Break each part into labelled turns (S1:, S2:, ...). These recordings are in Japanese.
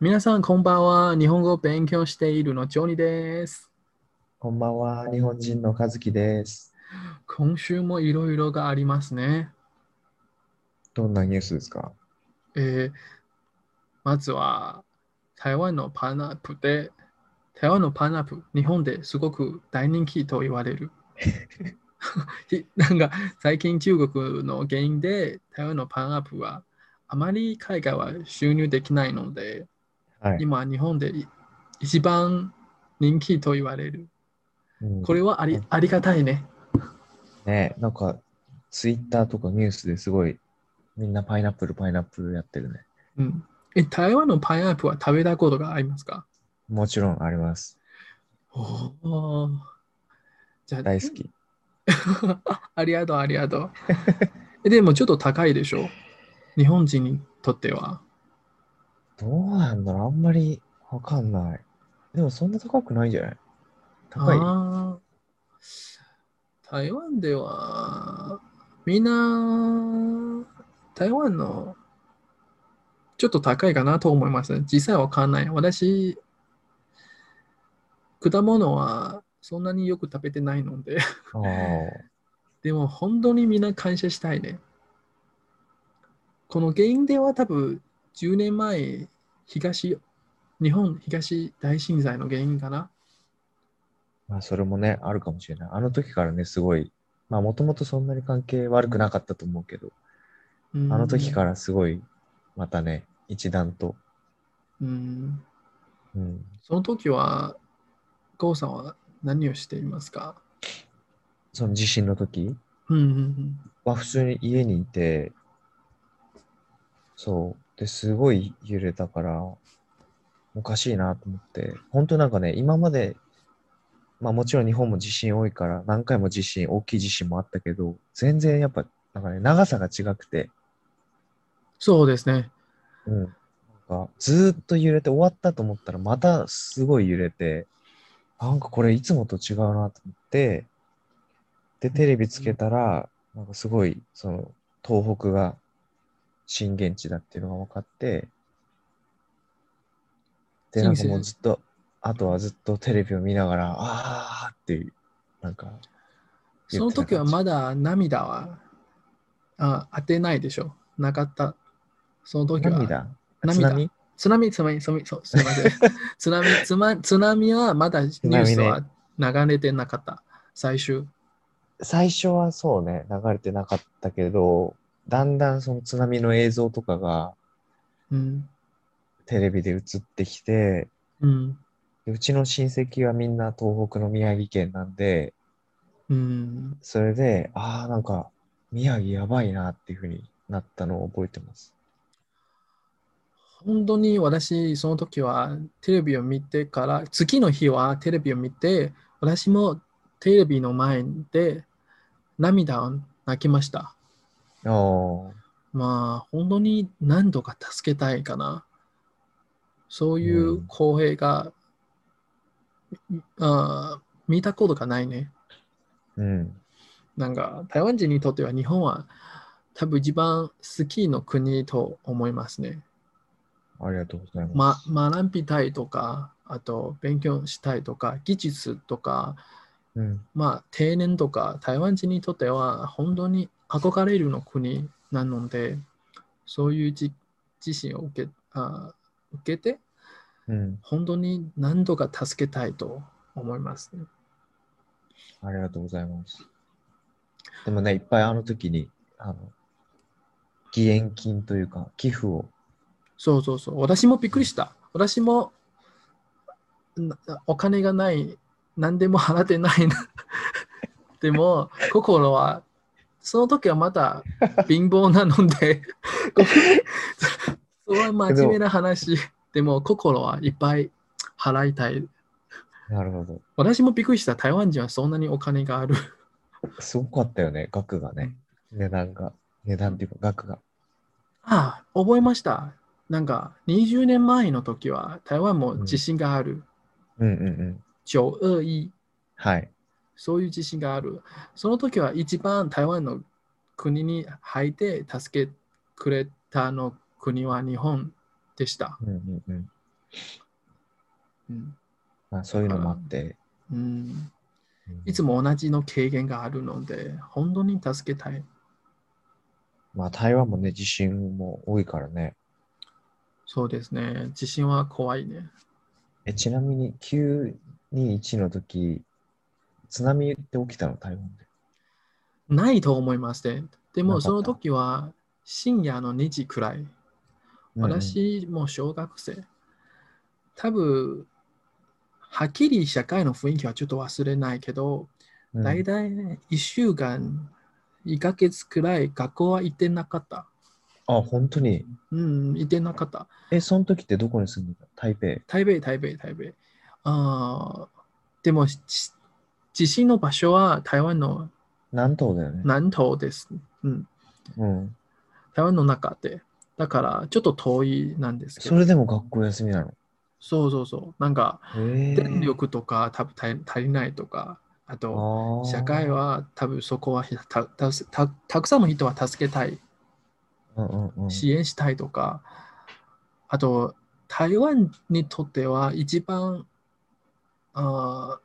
S1: 皆さん、こんばんは。日本語を勉強しているのジョニーです。
S2: こんばんは、日本人の和樹です。
S1: 今週もいろいろがありますね。
S2: どんなニュースですか
S1: えーまずは、台湾のパイナップルで、台湾のパイナップル、日本ですごく大人気と言われる。 ひなんか、最近中国の原因で、台湾のパイナップルは、あまり海外は収入できないので、
S2: はい。
S1: 今、日本でい一番人気と言われる。
S2: うん
S1: これはありありがたいね。
S2: ね、なんか、ツイッターとかニュースですごい、みんなパイナップル、パイナップルやってるね。
S1: うん、え台湾のパイナップルは食べたことがありますか
S2: もちろんあります。
S1: おお。じゃあ
S2: 大好き。
S1: ありがとう、ありがとう。 えでもちょっと高いでしょ日本人にとっては。
S2: どうなんだろうあんまりわかんない。でもそんな高くないんじゃない高い
S1: あー台湾では、みんな、台湾のちょっと高いかなと思います。実際わかんない。私、果物はそんなによく食べてないので。
S2: あー
S1: でも本当にみんな感謝したいね。この原因では多分10年前、東、日本東大震災の原因かな。
S2: まあ、それもね、あるかもしれない。あの時からね、すごい、まあ、もともとそんなに関係悪くなかったと思うけど、
S1: うん
S2: あの時からすごい、またね、一段と、
S1: うん。
S2: うん、
S1: その時は、郷さんは何をしていますか
S2: その地震の時
S1: うんうん
S2: は普通に家にいて、そう。で、すごい揺れたから、おかしいなと思って、本当なんかね、今まで、まあもちろん日本も地震多いから、何回も地震、大きい地震もあったけど、全然やっぱ、なんかね、長さが違くて、
S1: そうですね。
S2: うん。なんかずーっと揺れて終わったと思ったら、またすごい揺れて、なんかこれいつもと違うなと思って、で、テレビつけたら、なんかすごい、その、東北が震源地だっていうのが分かって、で、なんかもうずっと、あとはずっとテレビを見ながら、あーっていう、なんか、
S1: その時はまだ涙はあ当てないでしょ。なかった。その時は。
S2: 涙
S1: 涙
S2: 津波
S1: 津波、津波、津波、そう、すみません。津波、津波、津波はまだニュースは流れてなかった。最終。
S2: 最初はそうね、流れてなかったけど、だんだんその津波の映像とかが
S1: うん。
S2: テレビで映ってきて、
S1: うん。
S2: うちの親戚はみんな東北の宮城県なんで、
S1: うん。
S2: それで、ああ、なんか宮城やばいなっていうふうになったのを覚えてます。
S1: 本当に私、その時はテレビを見てから、次の日はテレビを見て、私もテレビの前で涙を泣きました。
S2: ああ、
S1: まあ、本当に何度か助けたいかな。そういう公平が、あー見たことがないね。
S2: うん。
S1: なんか、台湾人にとっては日本は多分一番好きの国と思いますね。
S2: ありがとうございます。
S1: ま、学びたいとか、あと勉強したいとか、技術とか、
S2: うん、
S1: まあ、定年とか、台湾人にとっては本当に憧れるの国なので、そういうじ自身を受けあ受けて、
S2: うん。
S1: 本当に何度か助けたいと思いますね。
S2: ありがとうございます。でもね、いっぱいあの時に、あの、義援金というか、寄付を、
S1: そうそうそう。私もびっくりした。私もなお金がない、何でも払ってないな。 でも、心は、その時はまだ貧乏なので、 ごめんそれは真面目な話。でも、心はいっぱい払いたい。
S2: なるほど。
S1: 私もびっくりした。台湾人はそんなにお金がある。
S2: すごかったよね、額がね。値段が。値段っていうか、額が。
S1: ああ、覚えました。なんか、20年前の時は、台湾も地震がある。
S2: うんうんうん。
S1: 921。
S2: はい。
S1: そういう自信がある。その時は一番台湾の国に入って助けてくれたの国は日本でした。
S2: うんうんうん。
S1: うん
S2: まあ、そういうのもあって。
S1: うん、
S2: うん
S1: いつも同じの経験があるので、本当に助けたい。
S2: まあ、台湾もね、地震も多いからね。
S1: そうですね。地震は怖いね。
S2: え、ちなみに921の時、津波って起きたの、台湾で。
S1: ないと思いまして。で
S2: なか
S1: も、
S2: った
S1: その時は深夜の2時くらい。
S2: うんうん、
S1: 私も小学生。多分、はっきり社会の雰囲気はちょっと忘れないけど、
S2: うん
S1: 大体1週間、1ヶ月くらい学校は行ってなかった。
S2: あ、本当に。
S1: うん、行ってなかった。
S2: え、その時ってどこに住んでた台北。
S1: 台北、台北、台北。あーでも、し地震の場所は台湾の
S2: 南東だよね。
S1: 南東です。うん、
S2: うん。
S1: 台湾の中で。だから、ちょっと遠いなんですけ
S2: そ
S1: ど。
S2: れでも学校休みなの。
S1: そうそうそう。なんか、
S2: へえ
S1: 電力とか多分足り足りないとか、あと、
S2: あー
S1: 社会は多分そこはひたたたたくさんの人は助けたい。
S2: うんうんうん、
S1: 支援したいとか、あと台湾にとっては一番あ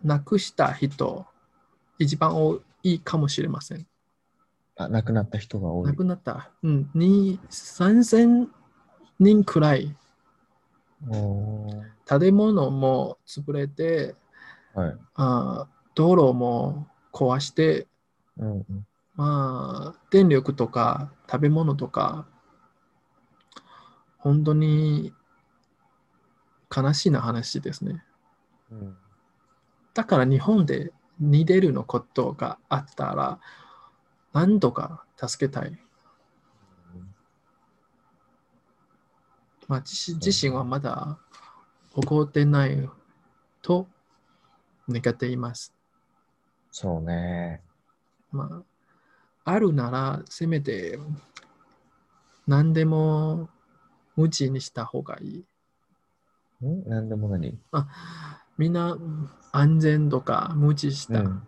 S1: ー亡くした人、一番多いかもしれません。
S2: あ亡くなった人が多い
S1: 亡。くなった、うん、に3000人くらい、
S2: おー
S1: 建物も潰れて、
S2: はい。
S1: あー道路も壊して、
S2: うんうん、
S1: まあ、電力とか食べ物とか、本当に悲しいな話ですね。
S2: うん
S1: だから日本で似てるのことがあったら、何とか助けたい。まあ、自身自身はまだ起こってないと願っています。
S2: そうね。
S1: まあ、あるなら、せめて何でも無知にした方がいい。
S2: ん何でも何
S1: あみんなうん安全とか無知した。
S2: うん、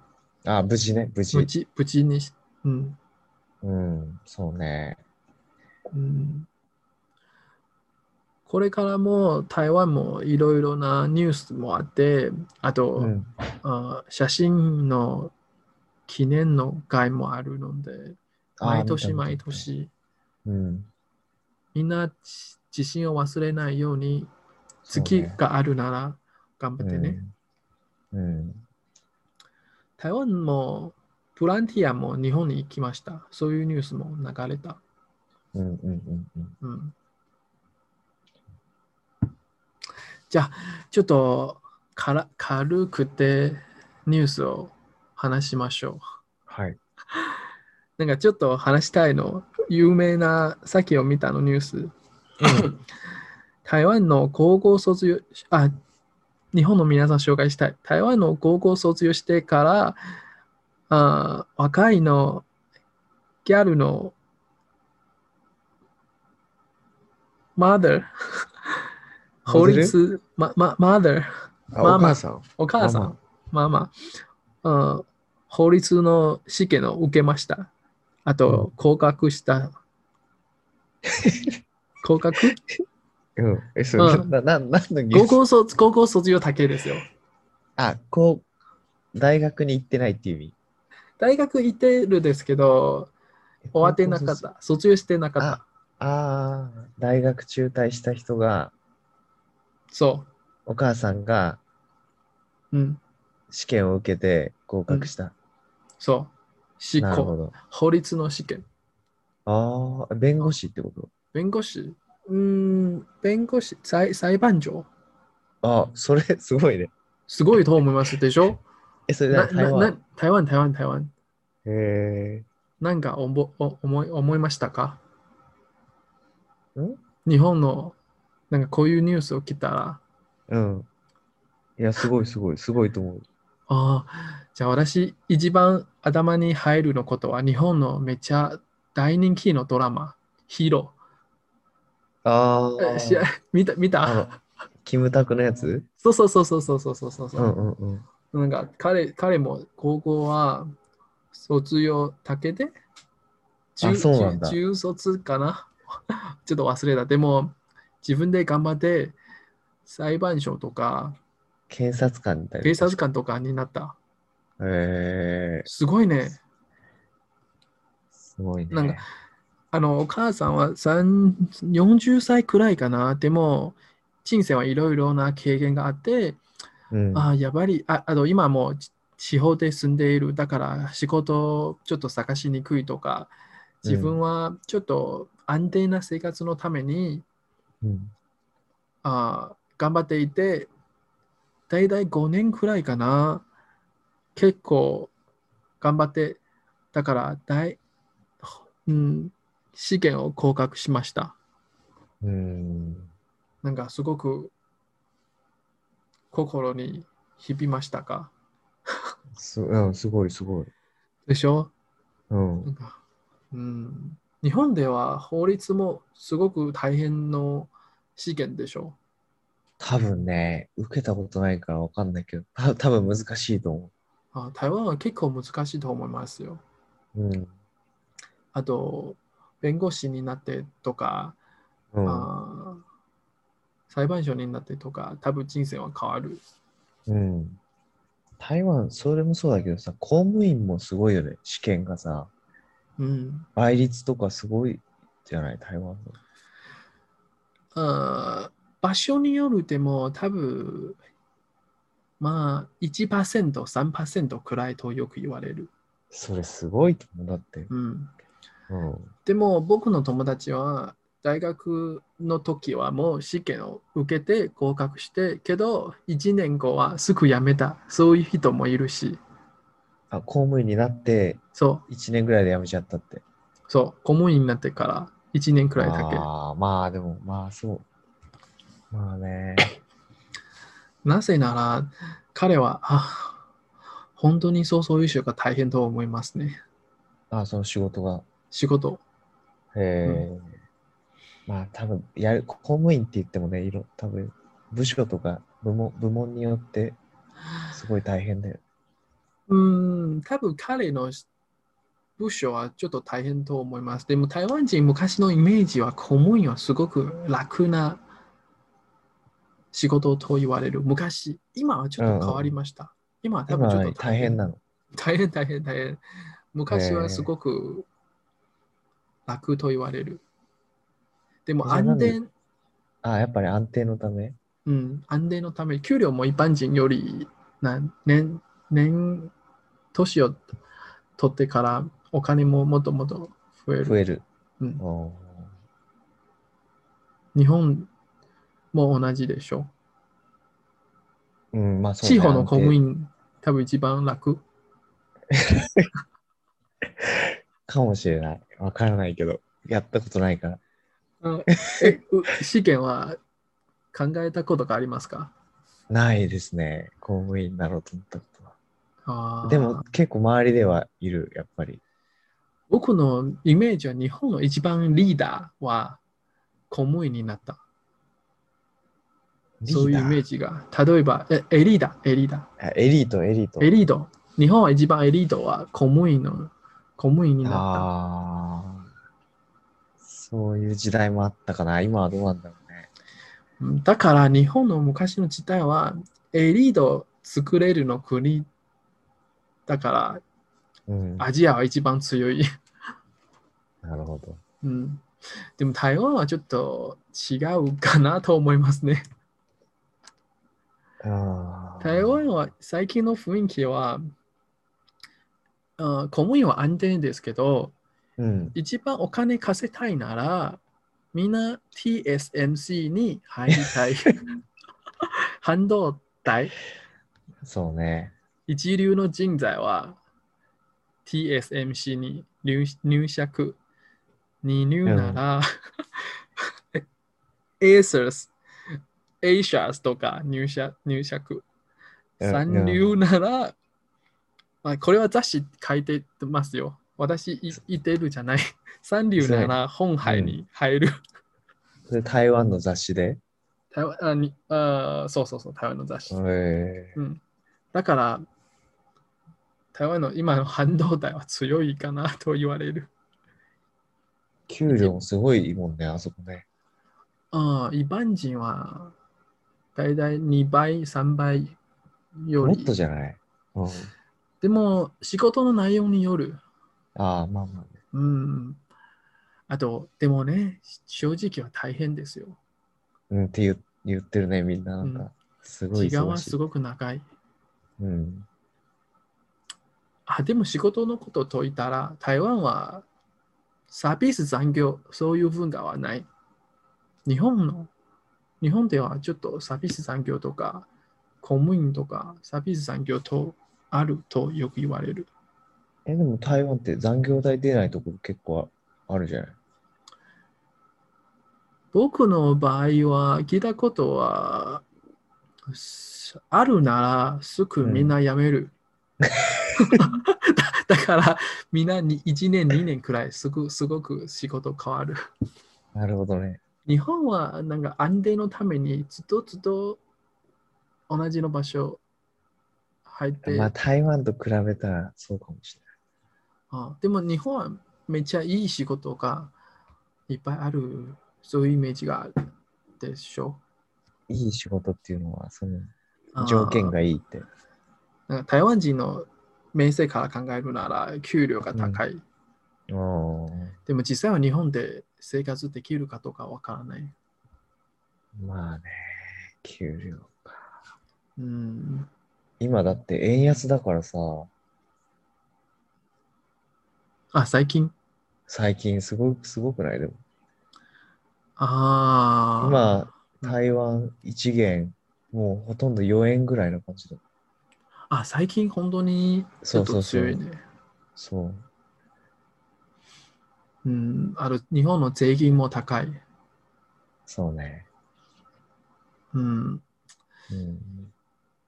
S2: あ、無事ね、無事
S1: 無。知無知にし、うん
S2: うん、そうね。
S1: うん。これからも台湾もいろいろなニュースもあって、あと、
S2: うん、
S1: あ写真の記念の会もあるので、
S2: あー
S1: 毎年
S2: 見た見
S1: 毎
S2: た
S1: 年、
S2: うん、
S1: みんなじ自信を忘れないように、
S2: そう
S1: 月
S2: ね
S1: があるなら頑張ってね。
S2: うん。うん
S1: 台湾もボランティアも日本に行きました。そういうニュースも流れた。
S2: うんうんうんうん
S1: うん、じゃあ、ちょっとから軽くてニュースを話しましょ
S2: はい。
S1: う。なんかちょっと話したいの、有名な、さっきを見たのニュース。台湾の高校卒業、あ、日本の皆さん紹介したい。台湾の高校卒業してから、あ若いのギャルのマザー、法律、ま、ま、マザー、
S2: あ
S1: ママ
S2: お母さん。
S1: お母さん、ママ、うん、法律の試験を受けました。あと、合格した。 合格
S2: うん。え、それ、
S1: うん
S2: な、な、なんのニュ
S1: 高
S2: ース
S1: 校卒高校卒業だけですよ。
S2: あ、こう、大学に行ってないっていう意味。
S1: 大学行ってるですけど、終わってなかっ
S2: 高校
S1: た。卒業してなかっ
S2: あ
S1: た。
S2: 卒。ああ、大学中退した人が、
S1: そ
S2: お母さんが
S1: う。うん。
S2: 試験を受けて合格した。
S1: そう。執
S2: なるほ
S1: 行。
S2: ど。
S1: 法律の試験。
S2: ああ、弁護士ってこと
S1: 弁護士。うーん、弁護士、裁裁判長。
S2: あそれすごいね。
S1: すごいと思いますでしょ
S2: え、それ
S1: な
S2: 何台
S1: なな
S2: 湾
S1: 台湾、台湾、台湾。
S2: へ
S1: なんかおぼお思い思いましたか
S2: え。ん
S1: 日本のなんかこういうニュースを聞いたら、
S2: うん。いや、すごいすごい、すごいと思う。
S1: ああ、じゃあ私、一番頭に入るのことは、日本のめちゃ大人気のドラマ、ヒーロ
S2: あ
S1: ー。え し
S2: あ、
S1: 見た、見
S2: あの
S1: た。
S2: キムタクのやつ
S1: そうそうそうそうそうそうそうそう
S2: うんうんうん。
S1: なんか彼、彼も高校は卒業だけで、
S2: あそうなんだ
S1: 中中卒かなちょっと忘れた。でも、自分で頑張って、裁判所とか、
S2: 警察官みたいな。
S1: 警察官とかになった。
S2: えー、
S1: すごいね。
S2: すごいね。
S1: なんかあの、お母さんは3 40歳くらいかな。でも、人生はいろいろな経験があって、
S2: うん、
S1: ああ、やっぱり、ああと今もう地地方で住んでいる、だから仕事をちょっと探しにくいとか、自分はちょっと安定な生活のために、
S2: うん
S1: あー頑張っていて、だいたい5年くらいかな。結構頑張って、だから大、うん、試験を合格しました。
S2: うん。
S1: なんかすごく心に響きましたか
S2: すうん、すごい、すごい。
S1: でしょ
S2: うん。
S1: なんか、うん、日本では法律もすごく大変の試験でしょ
S2: 多分ね、受けたことないからわかんないけど、た多分難しいと思
S1: あ台湾は結構難しいと思いますよ。
S2: う。うん。
S1: あと、弁護士になってとか、
S2: うん。
S1: あー裁判所になってとか、多分人生は変わる。
S2: うん。台湾、それもそうだけどさ、公務員もすごいよね。試験がさ、
S1: うん、
S2: 倍率とかすごいじゃない、台湾の。
S1: あー場所によるでも多分、まあ1%、3%くらいとよく言われる。
S2: それすごいと思う。だって。
S1: うん
S2: うん。
S1: でも僕の友達は大学の時はもう試験を受けて合格してけど1年後はすぐ辞めたそういう人もいるし
S2: あ、公務員になって、
S1: そ
S2: 1年ぐらいで辞めちゃったって。
S1: うそう公務員になってから1年くらいだけ
S2: ああ、まあでも、まあそう。まあね。
S1: なぜなら彼はあ本当にそうそういう人が大変と思いますね
S2: あその仕事が。
S1: 仕事
S2: へえ、まあ多分やる、公務員って言ってもね、いろ、多分部署とか部門部門によってすごい大変だよ。
S1: うん多分彼の部署はちょっと大変と思いますでも台湾人昔のイメージは公務員はすごく楽な仕事と言われる昔今はちょっと変わりました、今は多
S2: 今
S1: 分ちょ
S2: は
S1: っと
S2: 大変なの。
S1: 大変大変大変昔はすごく楽と言われるでも
S2: じゃあな
S1: 安
S2: んで
S1: 定
S2: あやっぱり安定のため。
S1: うん、安定のため、給料も一般人よりな年、年、年を取ってからお金ももっともっと増える。
S2: 増える。
S1: うん、
S2: おー
S1: 日本も同じでしょ。
S2: うん、まあそう、ね。
S1: 地方の公務
S2: 安
S1: 員、多分一番楽。
S2: 定かもしれない。わからないけど、やったことないから。
S1: うんえう試験は考えたことがありますか
S2: ないですね。公務員になろうと思ったことは。
S1: あー
S2: でも結構周りではいる、やっぱり。
S1: 僕のイメージは日本の一番リーダーは公務員になった。そういうイメー
S2: ジ。
S1: ジが。例えば、えエリーダー、エリーダー。
S2: あエリート、エリート。
S1: エリート。日本は一番エリートは公務員の、公務員になっ
S2: ああそういう時代もあったかな。今はどうなんだろうね。
S1: たうん。だから日本の昔の時代はエリート作れるの国だか
S2: うん、
S1: らアジアは一番強い。
S2: なるほど。
S1: うん、でも台湾はちょっと違うかなと思いますね。
S2: あー
S1: 台湾は最近の雰囲気は、あ公務員は安定ですけど、
S2: うん。
S1: 一番お金稼ぎたいなら、みんな TSMC に入りたい。半導体、
S2: そうね。
S1: 一流の人材は TSMC に入入社く。二流なら、Asus、Asias とか入社入社く。
S2: うん
S1: 三流なら、まあ、これは雑誌書いてますよ。私い、いてるじゃない。 三流なら本杯に入る。
S2: それ台湾の雑誌で。
S1: 台湾あにあーそうそうそう、台湾の雑誌。
S2: え
S1: うん、だから、台湾の今の半導体は強いかなと言われる。
S2: ー、給料もすごいもんね、あそこね。
S1: ああ、一般人はだいたい2倍、3倍よ
S2: も
S1: り。
S2: っとじゃない。うん。
S1: でも、仕事の内容による。
S2: ああ、まあまあね。
S1: うん。あと、でもね、正直は大変ですよ。
S2: うんって言う言ってるね、みんな。なん
S1: うん
S2: か、すごい
S1: 時間
S2: 忙
S1: は
S2: しい
S1: す。ごく長い。
S2: うん。
S1: あ、でも仕事のことといたら、台湾はサービス残業、そういう文化はない。日本の、日本ではちょっとサービス残業とか、公務員とかサービス残業とあるとよく言われる。
S2: え、でも台湾って残業代出ないところ結構ああるじゃない
S1: 僕の場合は聞いたことは、すあるならすぐみんな辞める。だだからみんなに1年2年くらいすぐすごく仕事変わる。
S2: なるほどね。
S1: 日本はなんか安定のためにずっとずっと同じの場所入って、
S2: まあ台湾と比べたらそうかもし
S1: あでも日本はめっちゃいい仕事がいっぱいあるそういうイメージがあるでしょ
S2: れない。いい仕事っていうのは、その条件
S1: あ
S2: がいいって。
S1: ーなんか台湾人の面接から考えるなら給料が高い、
S2: あー
S1: でも実際は日本で生活できるかどうかわからない
S2: まあね、給料か。
S1: うん
S2: 今だって円安だからさ、
S1: あ最近
S2: 最近すごくすごくないでも。
S1: ああ
S2: 今、台湾1元、もうほとんど4円ぐらいの感じだ。
S1: あ最近本当にちょっと強いね
S2: そう。
S1: うん、ある日本の税金も高い。
S2: そうね。
S1: うん、
S2: うん。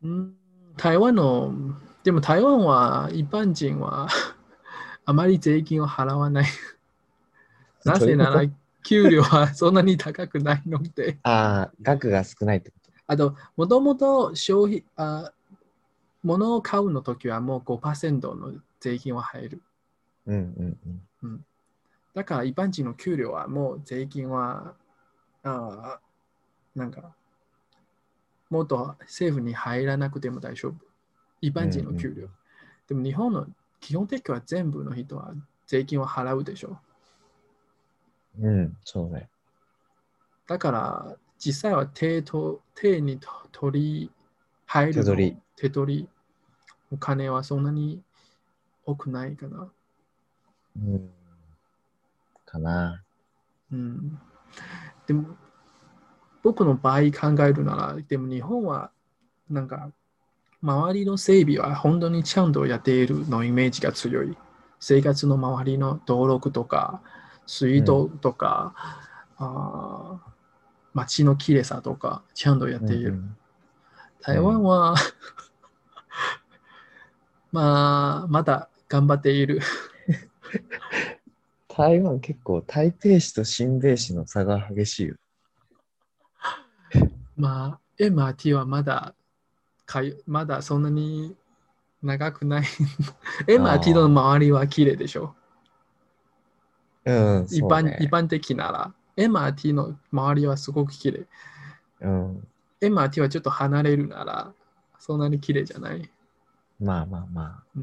S1: うん台湾の、でも台湾は一般人は あまり税金を払わない。なぜな
S2: どうい
S1: ら給料はそんなに高くないので。
S2: ああ、額が少ないってこと。
S1: あと、もともと消費、あ物を買うの時はもう5%の税金は入る。
S2: うんうんうん。
S1: だから一般人の給料はもう税金は、あーなんか、もっと政府に入らなくても大丈夫。一般人の給料。
S2: うんう
S1: でも日本の基本的には全部の人は税金を払うでしょ。
S2: うん、そうね。
S1: だから実際は手と手にと取り入るの
S2: 手取り
S1: 手取りお金はそんなに多くないかな。
S2: うん。かな。
S1: うんでも僕の場合考えるならでも日本はなんか周りの整備は本当にちゃんとやっているのイメージが強い生活の周りの道路とか水道とか、あー街の綺麗さとかちゃんとやっている、
S2: うん
S1: 台湾は、まあまだ頑張っている
S2: 台湾結構台北市と新北市の差が激しいよ。
S1: まあ、MRT はまだかよ、まだそんなに長くない。MRT の周りは綺麗でしょ。
S2: うん、
S1: 一
S2: そう
S1: 般、
S2: ね
S1: 一般的なら。MRT の周りはすごく綺麗。
S2: うん。
S1: MRT はちょっと離れるなら、そんなに綺麗じゃない。
S2: まあまあまあ。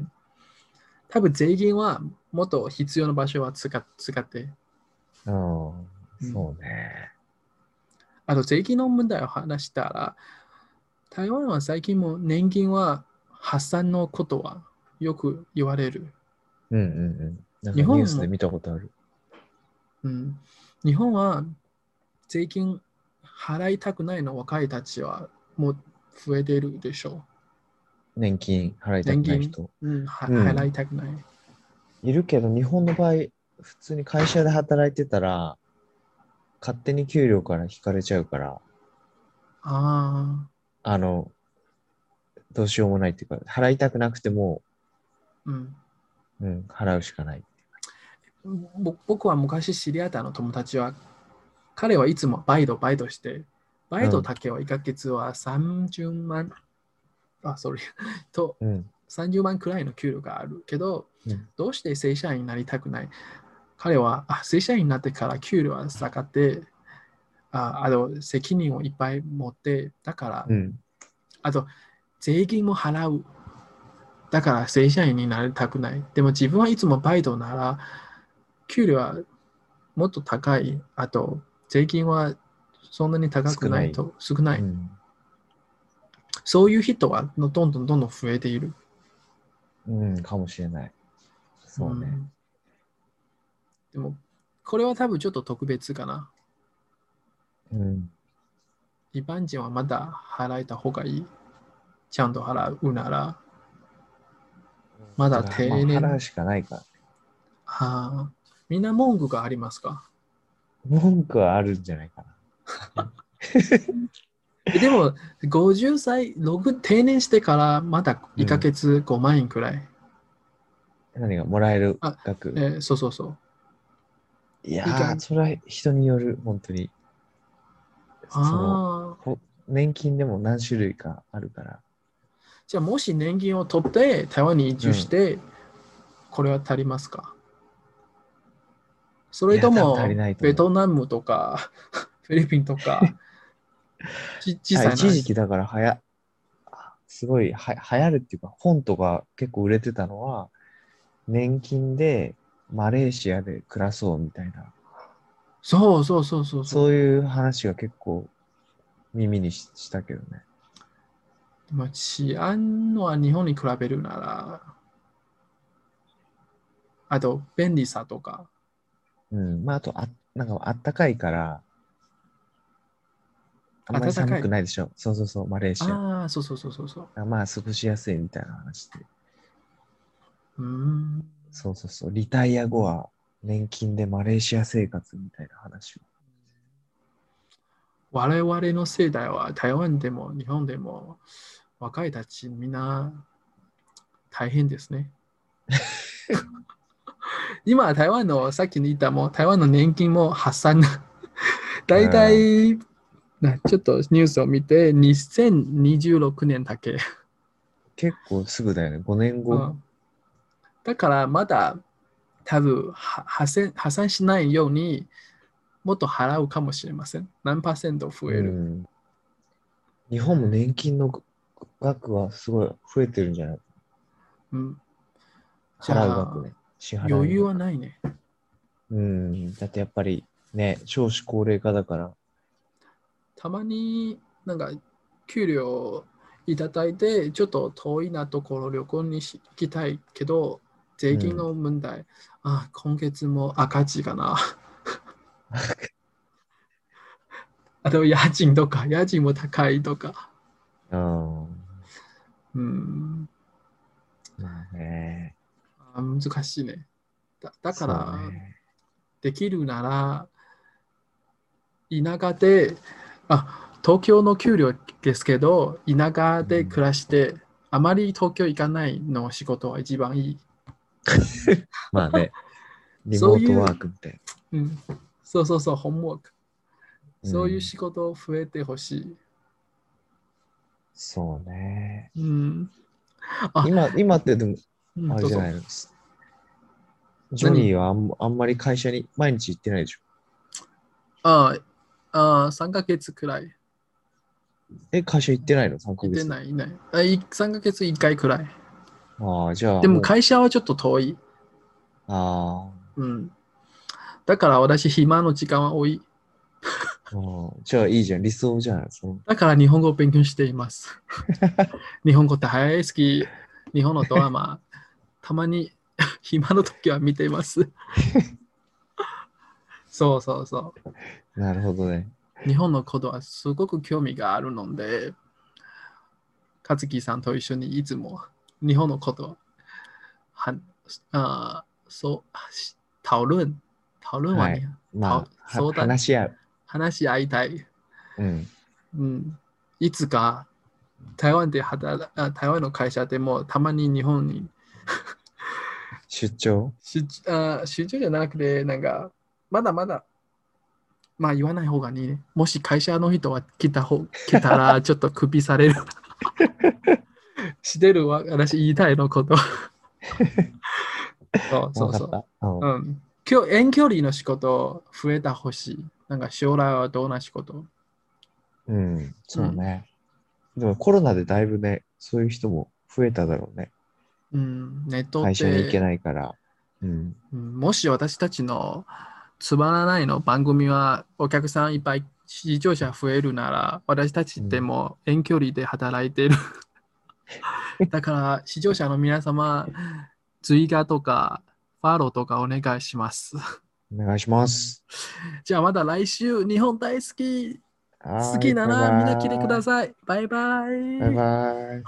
S1: 多分税金はもっと必要な場所は使っ使って。
S2: うん、そうね。
S1: あと税金の問題を話したら、台湾は最近も年金は発散のことはよく言われる。
S2: うんうんうん。なん
S1: 日
S2: かニ
S1: 本も
S2: ュースで見たことある。
S1: うん、日本は税金払いたくないの若いたちはもう増えてるでしょ
S2: 年金払いたくない人。
S1: う。うん、は
S2: うん
S1: 払いたくない。
S2: いるけど、日本の場合、普通に会社で働いてたら、勝手に給料から引かれちゃうから、
S1: ああ、
S2: あの、どうしようもないっていうか、払いたくなくても、
S1: うん。
S2: うん、払うしかない。
S1: ぼ僕は昔知り合ったの友達は、彼はいつもバイト、バイトして、バイトだけは1ヶ月は30万、あ、それ、と、
S2: うん。
S1: 30万くらいの給料があるけど、
S2: うん
S1: どうして正社員になりたくない彼はあ正社員になってから給料は下がってああと責任をいっぱい持って、だから、
S2: うん。
S1: あと税金も払う。だから正社員になりたくない。でも自分はいつもバイトなら、給料はもっと高い。あと税金はそんなに高くないと少ない。
S2: うん
S1: そういう人はどんどんどんどん増えている。
S2: うん、かもしれない。そうね。
S1: んでも、これは多分ちょっと特別かな。
S2: うん。
S1: 一般人はまだ払えた方がいい。ちゃんと払うなら。まだ定年
S2: まあ払うしかないから。
S1: はあ、みんな文句がありますか
S2: 文句はあるんじゃないかな。
S1: えでも、50歳、6定年してからまだ1ヶ月5万円くらい。
S2: 何がもらえる
S1: あ
S2: 額。
S1: えーそうそうそう。
S2: いや
S1: いか
S2: ー、
S1: ん
S2: それは人による、本当に。その
S1: ああ。
S2: こ年金でも何種類かあるから。
S1: じゃあ、もし年金を取って台湾に移住して、これは足りますかそれと
S2: いや多
S1: も
S2: 分足りない、と思う
S1: ベトナムと か、フィリピンとか、ち小さ
S2: はいい
S1: な
S2: 一時期だからはや、あすごいは流行るっていうか、本とか結構売れてたのは、年金でマレーシアで暮らそうみたいな、
S1: そうそうそうそうそう。
S2: そういう話が結構耳にししたけどね。
S1: まあ、治安は日本に比べるなら、あと便利さとか、
S2: うん。まあ、あとあ、なんかあったかいから、あんまり寒くないでしょ。そうそうそう、マレーシア。
S1: ああ、そうそうそうそうそう。
S2: あまあ、過ごしやすいみたいな話で。
S1: うーん。
S2: そうそうそう、リタイア後は年金でマレーシア生活みたいな話を。
S1: 我々の世代は台湾でも日本でも若いたちみんな大変ですね。今、台湾のさっき言ったもう台湾の年金も破産。大体、なちょっとニュースを見て2026年だけ。
S2: 結構すぐだよね、5年後。
S1: うんだからまだ多分は破産破産しないようにもっと払うかもしれません。何パーセント増える、
S2: うん日本も年金の額はすごい増えてるんじゃない
S1: うんじゃあ
S2: 払う額ね。支払い額
S1: 余裕はないね。
S2: うん。だってやっぱりね、少子高齢化だから。
S1: たまになんか給料いただいてちょっと遠いなところ旅行にし行きたいけど税金の問題、あ今月も赤字か なあと家賃とか家賃も高いとか
S2: うん。
S1: うん
S2: まあね。
S1: あ難しいねだだか
S2: そ
S1: ら
S2: うね
S1: できるなら田舎であ東京の給料ですけど田舎で暮らして、あまり東京行かないの仕事は一番いい、
S2: まあね。 リ
S1: そ
S2: モ
S1: うい
S2: ー
S1: う
S2: トワークみたいな。
S1: うん、そうそうそうホームワーク
S2: ん
S1: そういう仕事増えてほしい、
S2: そうね。
S1: うん、あ
S2: 今、今ってでも、
S1: うん
S2: あ
S1: ど
S2: れ
S1: う
S2: じゃ
S1: ぞ
S2: ないのジョニーはあんあんまり会社に毎日行ってないでしょ。
S1: ああ3ヶ月くらい
S2: え、会社行ってないの ?3 ヶ
S1: 行って
S2: 月。
S1: ないいないあい3ヶ月1回くらい
S2: ああ、じゃあ。
S1: でも
S2: う
S1: 会社はちょっと遠い、
S2: あ
S1: うん。だから私、暇の時間は多い。
S2: あ、うんじゃあいいじゃん。理想じゃん。その
S1: だから日本語を勉強しています。日本語大好き。日本のドラマ、たまに暇の時は見ています。そうそうそ
S2: なるほどね。
S1: う。日本のことはすごく興味があるので、勝樹さんと一緒にいつも日本のことをはあそうし討論、討論はね、
S2: はいまあ、
S1: そう
S2: は
S1: だ
S2: 話し合う。
S1: 話し合いたい。
S2: うん。
S1: うん、いつか台湾で働あ台湾の会社でもたまに日本に
S2: 出張
S1: 出あ出張じゃなくてなんかまだまだまあ言わない方がいいねもし会社の人は来た方来たら ちょっとクビされるしてるわ私言いたいの ことそうそう
S2: わ
S1: そう
S2: かった。うん
S1: うん、今日遠距離の仕事増えたほしい。なんか将来はどんな仕事
S2: うん、そうね。でもコロナでだいぶね、そういう人も増えただろうね。
S1: うん、ネットっ
S2: 会社に行け
S1: て、
S2: ないから。うん。
S1: うんもし私たちのつまらないの番組はお客さんいっぱい視聴者増えるなら私たちでも遠距離で働いて る。だから視聴者の皆様、追加とかファローとかお願いします。
S2: お願いします。
S1: じゃあまた来週、日本大好き、
S2: 好
S1: 好きならみんな来てくだ
S2: さ
S1: さい。バイバイ。
S2: バイバイ。